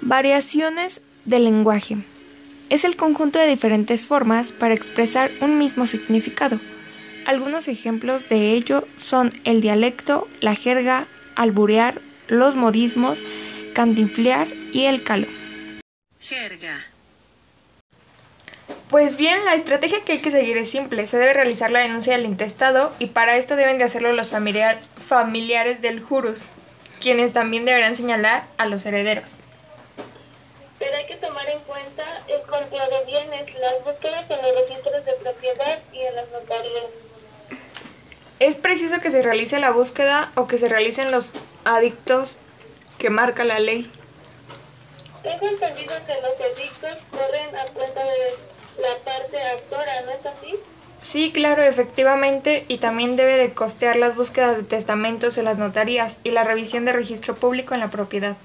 Variaciones del lenguaje. Es el conjunto de diferentes formas para expresar un mismo significado. Algunos ejemplos de ello son el dialecto, la jerga, alburear, los modismos, cantinflear y el calo. Jerga. Pues bien, la estrategia que hay que seguir es simple. Se debe realizar la denuncia del intestado y para esto deben de hacerlo los familiar- familiares del jurus, quienes también deberán señalar a los herederos. Pero hay que tomar en cuenta el control de bienes, las búsquedas en los registros de propiedad y en las notarías. Es preciso que se realice la búsqueda o que se realicen los adictos que marca la ley. Tengo entendido que los edictos corren a cuenta de la parte actora, ¿no es así? Sí, claro, efectivamente, y también debe de costear las búsquedas de testamentos en las notarías y la revisión de registro público en la propiedad.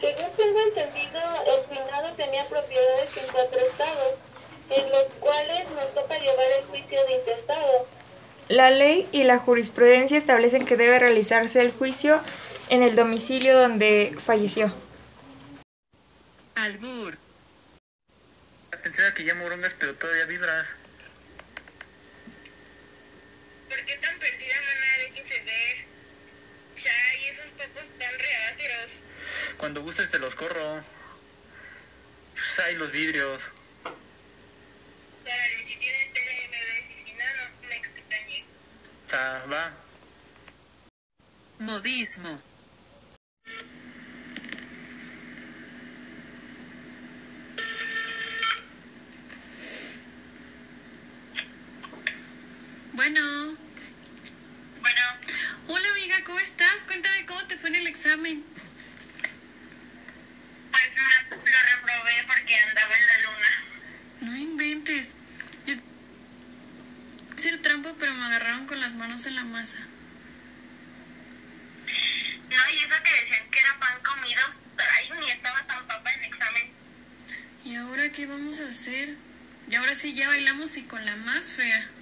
Según tengo entendido, el finado tenía propiedades en cuatro estados, en los cuales nos toca llevar el juicio de intestado. La ley y la jurisprudencia establecen que debe realizarse el juicio en el domicilio donde falleció. Albur. Pensaba que ya morongas, pero todavía vibras. ¿Por qué tan perdida, maná? Déjense ver. Chay, esos papos tan reáceros. Cuando gustes te los corro. Pues hay los vidrios. Órale, si tienen tele me ves y si no, no me extrañe. O sea, va. Modismo. Bueno. Bueno. Hola amiga, ¿cómo estás? Cuéntame cómo te fue en el examen. Pues no, lo reprobé porque andaba en la luna. No inventes. Yo hacer trampa, pero me agarraron con las manos en la masa. No, y eso que decían que era pan comido, pero ahí ni estaba tan papa en el examen. ¿Y ahora qué vamos a hacer? Y ahora sí ya bailamos y con la más fea.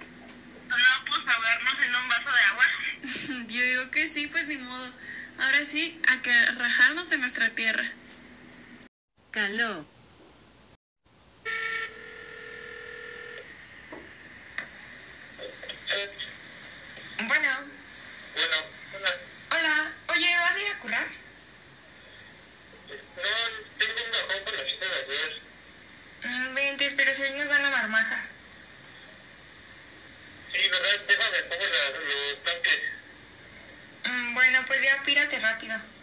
No, pues a vernos en un vaso de agua. Yo digo que sí, pues ni modo. Ahora sí, a que rajarnos de nuestra tierra. Caló. Bueno. Bueno, Hola. Oye, ¿vas a ir a curar? no, tengo un bajón con la cita de ayer. No inventes, pero Mm, si hoy nos dan la marmaja. Sí, ¿verdad? Déjame, pongo la- los tanques. Mm, bueno, pues ya pírate rápido.